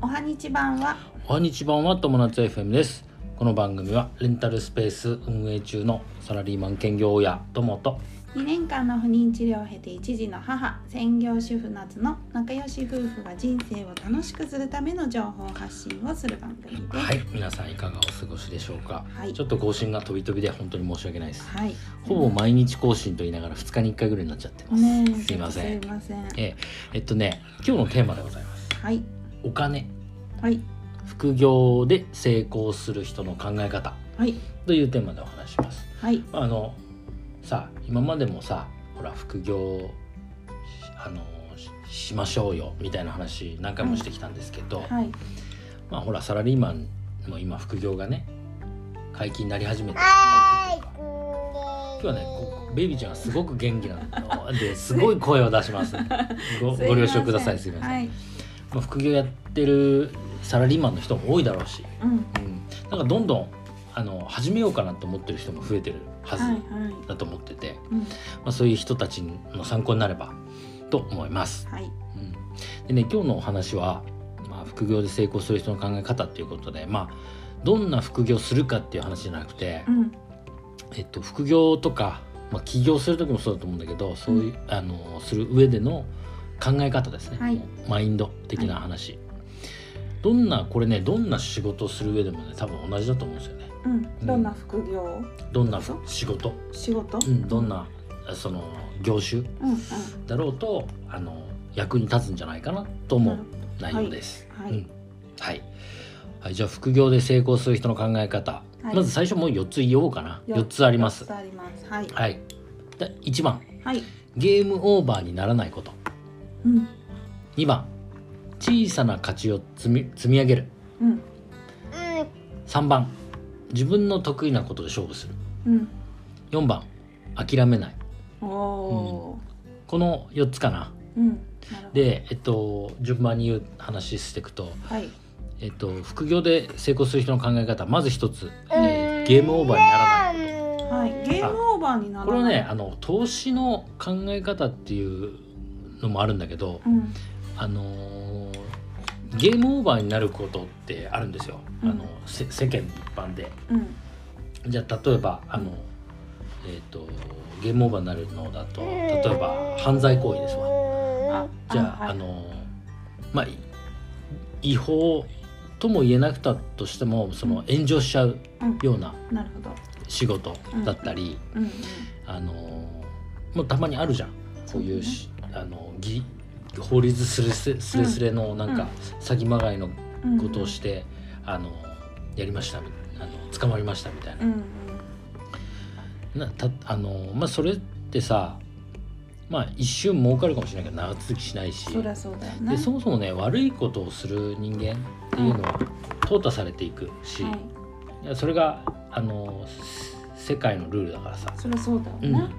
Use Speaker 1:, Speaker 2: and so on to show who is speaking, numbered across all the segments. Speaker 1: はにち版は
Speaker 2: おはにちばんは友達 FM ですこの番組はレンタルスペース運営中のサラリーマン兼業親友と
Speaker 1: 2年間の不妊治療を経て一児の母専業主婦夏の仲良し夫婦が人生を楽しくするための情報発信をする番組です。
Speaker 2: はい皆さんいかがお過ごしでしょうか、
Speaker 1: はい
Speaker 2: ちょっと更新が飛び飛びで本当に申し訳ないです
Speaker 1: はい。
Speaker 2: ほぼ毎日更新と言いながら2日に1回ぐらいになっちゃってます、
Speaker 1: ねえ
Speaker 2: すいません
Speaker 1: すいません。
Speaker 2: えええっとね今日のテーマでございます
Speaker 1: はい
Speaker 2: お金
Speaker 1: はい
Speaker 2: 副業で成功する人の考え方
Speaker 1: はい
Speaker 2: というテーマでお話しします
Speaker 1: はい
Speaker 2: あのさ今までもさほら副業しあのししましょうよみたいな話何回もしてきたんですけど、
Speaker 1: はい
Speaker 2: まあほらサラリーマンも今副業がね解禁になり始めて今日はねこベイビーちゃんがすごく元気なのですごい声を出しますんでごご了承くださいすいません、
Speaker 1: はい。
Speaker 2: まあ、副業やってるサラリーマンの人も多いだろうし、
Speaker 1: うん。
Speaker 2: うん、なんかどんどんあの始めようかなと思ってる人も増えてるはず
Speaker 1: はいはい。
Speaker 2: だと思ってて、
Speaker 1: うん
Speaker 2: まあ、そういう人たちの参考になればと思います。
Speaker 1: はい
Speaker 2: うん、でね今日のお話は、まあ、副業で成功する人の考え方っていうことで、まあ、どんな副業するかっていう話じゃなくて、
Speaker 1: うん
Speaker 2: えっと、副業とか、まあ、起業する時もそうだと思うんだけどそういう、あのする上での考え方ですね、
Speaker 1: はい
Speaker 2: もうマインド的な話。どんなこれねどんな仕事をする上でもね多分同じだと思うんですよね。
Speaker 1: うん。どんな副業？
Speaker 2: どんなふ仕事、
Speaker 1: 仕事？
Speaker 2: うん、どん。なその業種
Speaker 1: うんうん。
Speaker 2: だろうとあの役に立つんじゃないかなと思う内容です。
Speaker 1: はい
Speaker 2: うんはいはいじゃあ副業で成功する人の考え方、
Speaker 1: はい
Speaker 2: まず最初もう4つ言おうかな
Speaker 1: よ
Speaker 2: 4つあります
Speaker 1: 四つ。あります。はい
Speaker 2: はい、で1番
Speaker 1: はい。
Speaker 2: ゲームオーバーにならないこと
Speaker 1: うん
Speaker 2: 2番小さな価値を積み積み上げる
Speaker 1: うん
Speaker 2: 3番自分の得意なことで勝負する
Speaker 1: うん。
Speaker 2: 4番諦めない
Speaker 1: おお
Speaker 2: この4つかな。
Speaker 1: ー。うん。なるほど。
Speaker 2: で、えっと、順番に言う話していくと
Speaker 1: はい。
Speaker 2: えっと、副業で成功する人の考え方まず一つ、えーゲームオーバーにならない
Speaker 1: はい、ゲームオーバーにな
Speaker 2: こ
Speaker 1: ら
Speaker 2: れは
Speaker 1: ない。
Speaker 2: ねあの投資の考え方っていうのもあるんだけど、
Speaker 1: うん、
Speaker 2: あのーゲームオーバーになることってあるんですよ、
Speaker 1: うん
Speaker 2: あのせ世間一般で
Speaker 1: うん、
Speaker 2: じゃあ例えばあの、えっとゲームオーバーになるのだと例えば犯罪行為ですわ
Speaker 1: あ、
Speaker 2: じゃあ、
Speaker 1: はい
Speaker 2: あ、のまあい違法とも言えなくたとしてもその炎上しちゃう
Speaker 1: うん、
Speaker 2: ような
Speaker 1: なるほど。
Speaker 2: 仕事だったり、
Speaker 1: うん、うん、
Speaker 2: あのもうたまにあるじゃんこういうし、あのぎ法律すれすれすれすれのなんか詐欺まがいの
Speaker 1: うん
Speaker 2: ことをして、あのやりましたみあの捕まりましたみたい
Speaker 1: う
Speaker 2: な,、
Speaker 1: ん、うん、
Speaker 2: なたあのまあ、それってさまあ一瞬儲かるかもしれないけど長続きしないし
Speaker 1: そりゃそうだよね。
Speaker 2: でそもそもね悪いことをする人間っていうのは淘汰されていくし、
Speaker 1: はい、
Speaker 2: いやそれがあのせ世界のルールだからさ。
Speaker 1: そりゃそうだよ
Speaker 2: う
Speaker 1: ね。
Speaker 2: ん、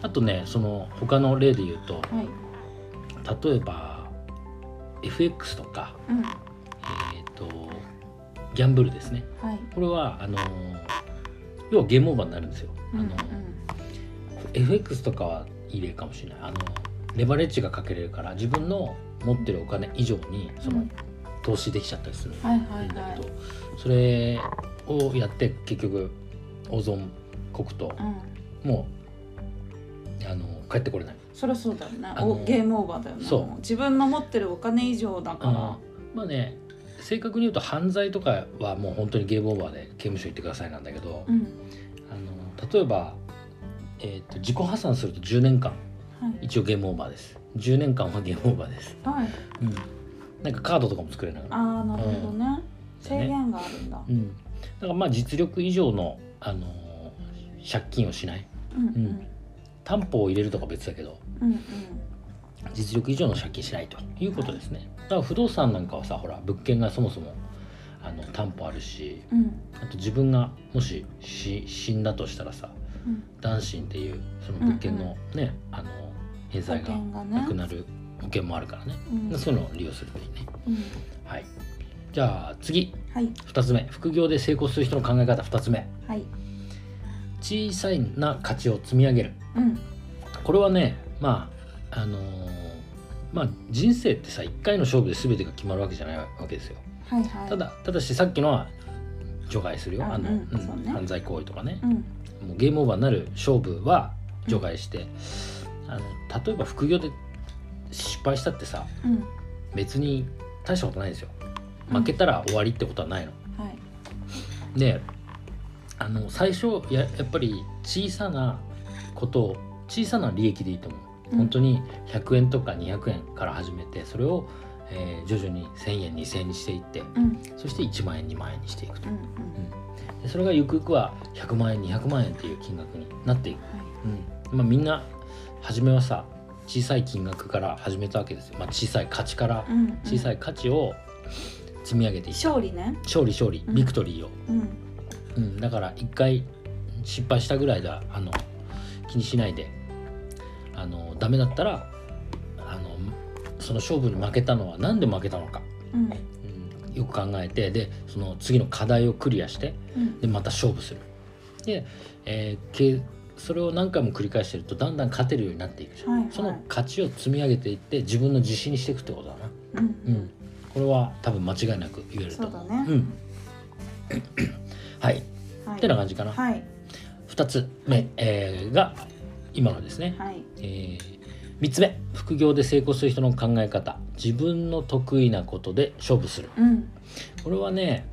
Speaker 2: あとねその他の例で言うと
Speaker 1: はい、
Speaker 2: 例えば FX とか、
Speaker 1: うん、
Speaker 2: えー、とギャンブルですね
Speaker 1: はい、
Speaker 2: これはあの要はゲームオーバーになるんですよ、
Speaker 1: うん、
Speaker 2: あの FX とかはいい例かもしれないあのレバレッジがかけれるから自分の持ってるお金以上にその、
Speaker 1: うん
Speaker 2: 投資できちゃったりするんだ
Speaker 1: はい、はい、
Speaker 2: けど、
Speaker 1: はい、
Speaker 2: それをやって結局オゾン国と
Speaker 1: うん、
Speaker 2: もうあの帰ってこれない。
Speaker 1: そりゃそうだよね。
Speaker 2: あの
Speaker 1: お、ゲームオーバーだよね。
Speaker 2: そう
Speaker 1: も自分の持ってるお金以上だから。
Speaker 2: まあね正確に言うと犯罪とかはもう本当にゲームオーバーで刑務所行ってくださいなんだけど、
Speaker 1: うん、
Speaker 2: あの例えば、えー、と自己破産すると10年間
Speaker 1: はい、
Speaker 2: 一応ゲームオーバーです10年間はゲームオーバーです、
Speaker 1: はい、
Speaker 2: うん、なんかカードとかも作れなくなる、
Speaker 1: ああ、なるほどね。制限があるんだ。
Speaker 2: うん、だからまあ実力以上の、あのー借金をしない
Speaker 1: うん、うん、
Speaker 2: 担保を入れるとか別だけど
Speaker 1: うん、うん、
Speaker 2: 実力以上の借金しないということですねだから不動産なんかはさほら物件がそもそもあの担保あるし
Speaker 1: うん、
Speaker 2: あと自分がもしし死んだとしたらさ
Speaker 1: うん、
Speaker 2: 男神っていうその物件のね、あの返済が
Speaker 1: が
Speaker 2: なく
Speaker 1: ね。
Speaker 2: なる保険もあるからね
Speaker 1: うん、うん、
Speaker 2: そういうのを利用するといいねはいじゃあ次
Speaker 1: はい、
Speaker 2: 2つ目副業で成功する人の考え方2つ目
Speaker 1: はい、
Speaker 2: 小さいな価値を積み上げる
Speaker 1: うん、
Speaker 2: これはねまああのーまあ人生ってさ一回の勝負で全てが決まるわけじゃないわけですよ。
Speaker 1: はいはい
Speaker 2: ただただしさっきのは除外するよ
Speaker 1: あ
Speaker 2: あの、
Speaker 1: うん
Speaker 2: うん
Speaker 1: そうね
Speaker 2: 犯罪行為とかね
Speaker 1: う、ん
Speaker 2: もうゲームオーバーになる勝負は除外して、あの例えば副業で失敗したってさ
Speaker 1: うん
Speaker 2: 別に大したことないんですよ負けたら終わりってことはないの。
Speaker 1: はい
Speaker 2: であの最初ややっぱり小さなことを小さな利益でいいと思う。本当
Speaker 1: に
Speaker 2: に100円とか200円から始めてそれを、えー徐々に1,000円2,000円にしていって
Speaker 1: うん
Speaker 2: そして1万円2万円にしていくと
Speaker 1: うんうん
Speaker 2: でそれがゆくゆくは100万円200万円っていう金額になっていく、
Speaker 1: は
Speaker 2: うんまあ、みんな初めはさ小さい金額から始めたわけですよ、まあ、小さい価値から
Speaker 1: いうんうん
Speaker 2: 小さい価値を積み上げていった
Speaker 1: 勝利ね
Speaker 2: 勝利勝利
Speaker 1: うん
Speaker 2: ビクトリーを、
Speaker 1: うん
Speaker 2: うん、だから一回失敗したぐらいだあの気にしないであのダメだったらあのその勝負に負けたのは何で負けたのか、
Speaker 1: うん
Speaker 2: うん、よく考えてでその次の課題をクリアして
Speaker 1: うん
Speaker 2: でまた勝負するで、えーけそれを何回も繰り返してるとだんだん勝てるようになっていくじゃん、
Speaker 1: はいはい
Speaker 2: その勝ちを積み上げていって自分の自信にしていくってことだな、
Speaker 1: うん
Speaker 2: うん、これは多分間違いなく言えると
Speaker 1: そう
Speaker 2: 思
Speaker 1: だ
Speaker 2: う
Speaker 1: ね
Speaker 2: うん はい、
Speaker 1: はい
Speaker 2: ってな感じかな、
Speaker 1: はい
Speaker 2: 2つ目、えーが今のですね、
Speaker 1: はい
Speaker 2: え3つ目副業で成功する人の考え方自分の得意なことで勝負する
Speaker 1: うん
Speaker 2: これはね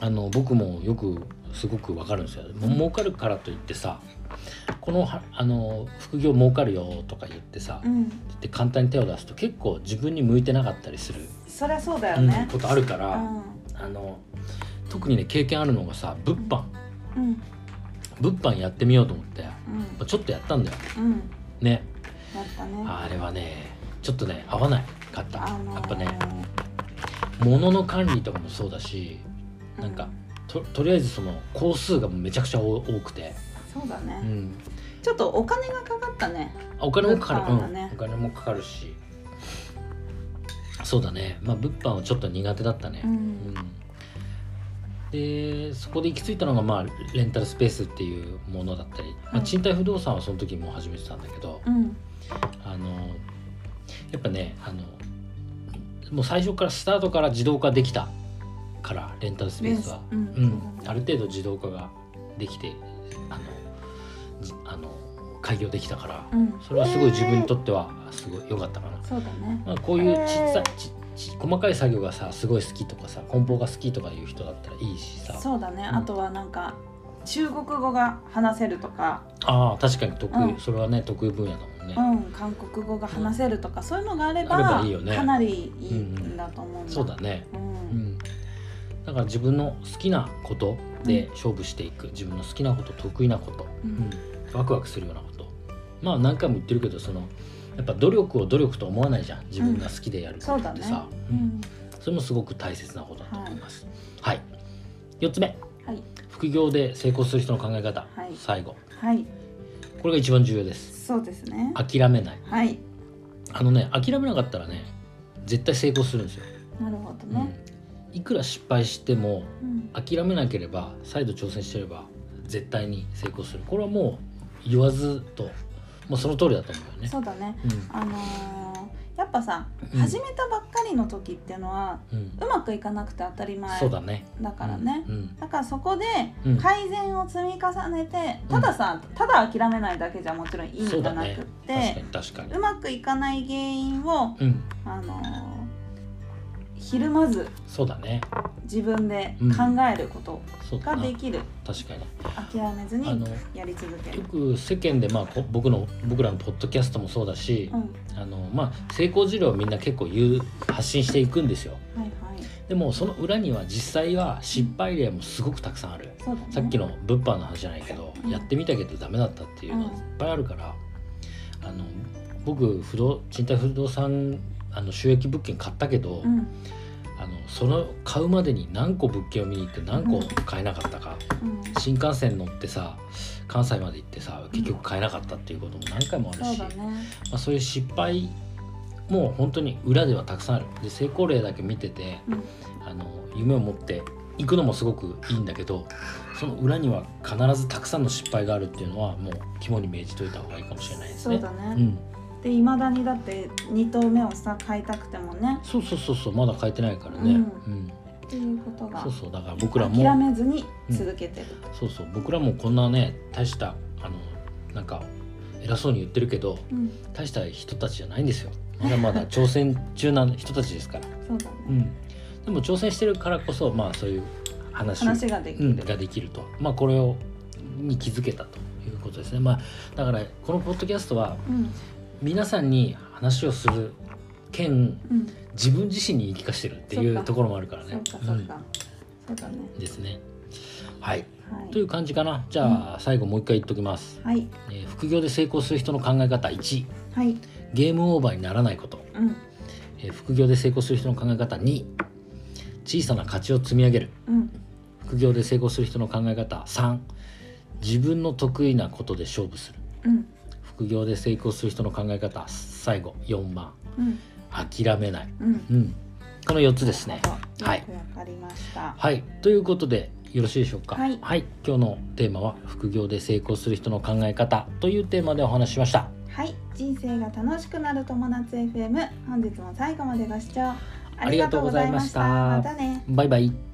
Speaker 2: あの僕もよくすごくわかるんですよも儲かるからといってさこのはあの副業儲かるよとか言ってさ、
Speaker 1: うん
Speaker 2: で簡単に手を出すと結構自分に向いてなかったりする、
Speaker 1: そりゃそうだよね
Speaker 2: うんことあるか
Speaker 1: う
Speaker 2: ら、
Speaker 1: ん
Speaker 2: あの特にね経験あるのがさ物販
Speaker 1: うん
Speaker 2: 物販やってみようと思って
Speaker 1: うん
Speaker 2: ちょっとやったんだよ
Speaker 1: うん
Speaker 2: ね
Speaker 1: だったね
Speaker 2: あれはねちょっとね合わないかったや
Speaker 1: あのー
Speaker 2: っぱね物の管理とかもそうだし
Speaker 1: う
Speaker 2: なんかととりあえずその工数がもうめちゃくちゃ多多くて、
Speaker 1: そうだ
Speaker 2: う
Speaker 1: ね
Speaker 2: ん、
Speaker 1: ちょっとお金がかかったね
Speaker 2: あお金もかかる、
Speaker 1: 物販だね
Speaker 2: うん、お金もかかるしそうだねまあ物販はちょっと苦手だったね、
Speaker 1: う
Speaker 2: うんんでそこで行き着いたのが、まあ、レンタルスペースっていうものだったり、ま
Speaker 1: う
Speaker 2: あ、
Speaker 1: ん
Speaker 2: 賃貸不動産はその時もう始めてたんだけど、
Speaker 1: うん
Speaker 2: あのやっぱねあのもう最初からスタートから自動化できたからレンタルスペースは、
Speaker 1: う
Speaker 2: うん
Speaker 1: ん
Speaker 2: ある程度自動化ができてあのじあの開業できたから
Speaker 1: うん
Speaker 2: それはすごい自分にとってはすごい良かったかな、
Speaker 1: そうだね
Speaker 2: まあ、こういうちっさいちち細かい作業がさすごい好きとかさ梱包が好きとかいう人だったらいいしさ
Speaker 1: そうだね
Speaker 2: うん
Speaker 1: あとはなんか中国語が話せるとか
Speaker 2: ああ確かに得意、
Speaker 1: うん
Speaker 2: それはね得意分野だもんね、
Speaker 1: うん韓国語が話せるとかそういうのがあれば
Speaker 2: あればいいよね
Speaker 1: かなりいいんだと思うん
Speaker 2: そうだね
Speaker 1: う
Speaker 2: うんん、だから自分の好きなことで勝負していく、自分の好きなこと得意なこと、
Speaker 1: うん
Speaker 2: ワクワクするようなことまあ何回も言ってるけどそのやっぱ努力を努力と思わないじゃん自分が好きでやることってさ、
Speaker 1: う
Speaker 2: うん
Speaker 1: ん
Speaker 2: それもすごく大切なことだと思います。はい、4つ目
Speaker 1: はい
Speaker 2: 副業で成功する人の考え方、
Speaker 1: はい
Speaker 2: 最後
Speaker 1: はい
Speaker 2: これが一番重要です
Speaker 1: そうですね
Speaker 2: 諦めない
Speaker 1: はい
Speaker 2: あのね諦めなかったらね絶対成功するんですよ、
Speaker 1: なるほど
Speaker 2: うん
Speaker 1: ね
Speaker 2: いくら失敗しても
Speaker 1: うん
Speaker 2: 諦めなければ再度挑戦してれば絶対に成功するこれはもう言わずともうその通りだと思うよね。
Speaker 1: そうだね
Speaker 2: う
Speaker 1: あのーやっぱさ
Speaker 2: うん
Speaker 1: 始めたばっかりの時ってのは
Speaker 2: んうん
Speaker 1: うまくいかなくて当たり前
Speaker 2: そうだね。
Speaker 1: だからね
Speaker 2: うん
Speaker 1: だからそこで
Speaker 2: うん
Speaker 1: 改善を積み重ねて
Speaker 2: う
Speaker 1: た
Speaker 2: ん
Speaker 1: ださただ諦めないだけじゃもちろん意
Speaker 2: そ
Speaker 1: 味
Speaker 2: う
Speaker 1: が
Speaker 2: だ
Speaker 1: なくっ
Speaker 2: ね。
Speaker 1: て
Speaker 2: 確かに確か
Speaker 1: うまくいかない原因を
Speaker 2: に。うん
Speaker 1: あのーひるまず
Speaker 2: そうだね。
Speaker 1: 自分で考えること
Speaker 2: そうだ
Speaker 1: が
Speaker 2: な
Speaker 1: できる、
Speaker 2: 確かに。
Speaker 1: 諦めず
Speaker 2: あ
Speaker 1: に
Speaker 2: の
Speaker 1: やり続け
Speaker 2: よ
Speaker 1: る。
Speaker 2: く世間でまあこ僕の僕らのポッドキャストもそうだし
Speaker 1: うん、、
Speaker 2: あのまあ成功事例をみんな結構言う発信していくんですよ。
Speaker 1: はいはい。
Speaker 2: でもその裏には実際は失敗例もすごくたくさんある。
Speaker 1: そうだね。
Speaker 2: さっきの物販の話じゃないけど、
Speaker 1: うん
Speaker 2: やってみたけどダメだったっていうの
Speaker 1: う
Speaker 2: が
Speaker 1: ん
Speaker 2: いっぱいあるから、あの僕不動賃貸不動産あの収益物件買ったけど、
Speaker 1: うん
Speaker 2: あのその買うまでに何個物件を見に行って何個買えなかったか、
Speaker 1: うん、
Speaker 2: 新幹線乗ってさ関西まで行ってさ結局買えなかったっていうことも何回もある
Speaker 1: そう
Speaker 2: し、
Speaker 1: だ
Speaker 2: ま
Speaker 1: ね。
Speaker 2: あ、そういう失敗も本当に裏ではたくさんあるで成功例だけ見てて、
Speaker 1: うん、
Speaker 2: あの夢を持って行くのもすごくいいんだけどその裏には必ずたくさんの失敗があるっていうのはもう肝に銘じといた方がいいかもしれないです
Speaker 1: そう
Speaker 2: ね。
Speaker 1: だ
Speaker 2: う
Speaker 1: ね。
Speaker 2: ん、
Speaker 1: でいまだにだって2頭目をさ買いたくてもね
Speaker 2: そうそうそうそうまだ変えてないからね、
Speaker 1: う
Speaker 2: うんん
Speaker 1: っていうことが
Speaker 2: そうそうだから僕らも
Speaker 1: 諦めずに続けてる、
Speaker 2: そうそう僕らもこんなね大したあのなんか偉そうに言ってるけど
Speaker 1: うん
Speaker 2: 大した人たちじゃないんですよまだまだ挑戦中な人たちですから、
Speaker 1: そうだね、
Speaker 2: うん、でも挑戦してるからこそまあそういう話
Speaker 1: 話ができ
Speaker 2: う
Speaker 1: る、
Speaker 2: ん、ができるとまあこれをに気づけたということですねまあだからこのポッドキャストは
Speaker 1: うん
Speaker 2: 皆さんに話をする
Speaker 1: う
Speaker 2: 兼
Speaker 1: ん
Speaker 2: 自分自身に言い聞かせてるって
Speaker 1: そ
Speaker 2: い
Speaker 1: っ
Speaker 2: う
Speaker 1: か
Speaker 2: ところもあるから
Speaker 1: そ
Speaker 2: ね
Speaker 1: うかそうか、そうだね
Speaker 2: うん、ですねはい
Speaker 1: はい
Speaker 2: という感じかなじゃあ最後もう一回言っときます、
Speaker 1: はい
Speaker 2: えー副業で成功する人の考え方1
Speaker 1: はい
Speaker 2: ゲームオーバーにならないこと、
Speaker 1: うん
Speaker 2: えー副業で成功する人の考え方2小さな価値を積み上げる
Speaker 1: うん
Speaker 2: 副業で成功する人の考え方3自分の得意なことで勝負する
Speaker 1: うん
Speaker 2: 副業で成功する人の考え方最後4番
Speaker 1: うん
Speaker 2: 諦めない、
Speaker 1: うん
Speaker 2: うん、この4つですね
Speaker 1: なるほど
Speaker 2: はい
Speaker 1: よくわかりました
Speaker 2: はいということでよろしいでしょうか
Speaker 1: はい
Speaker 2: 今日のテーマは副業で成功する人の考え方というテーマでお話ししました
Speaker 1: はい人生が楽しくなる友達 FM 本日も最後までご視聴あ
Speaker 2: あ
Speaker 1: り
Speaker 2: り
Speaker 1: が
Speaker 2: が
Speaker 1: と
Speaker 2: と
Speaker 1: うご
Speaker 2: うご
Speaker 1: ざ
Speaker 2: ざ
Speaker 1: い
Speaker 2: い
Speaker 1: ま
Speaker 2: ま
Speaker 1: し
Speaker 2: したた
Speaker 1: またね
Speaker 2: バイバイ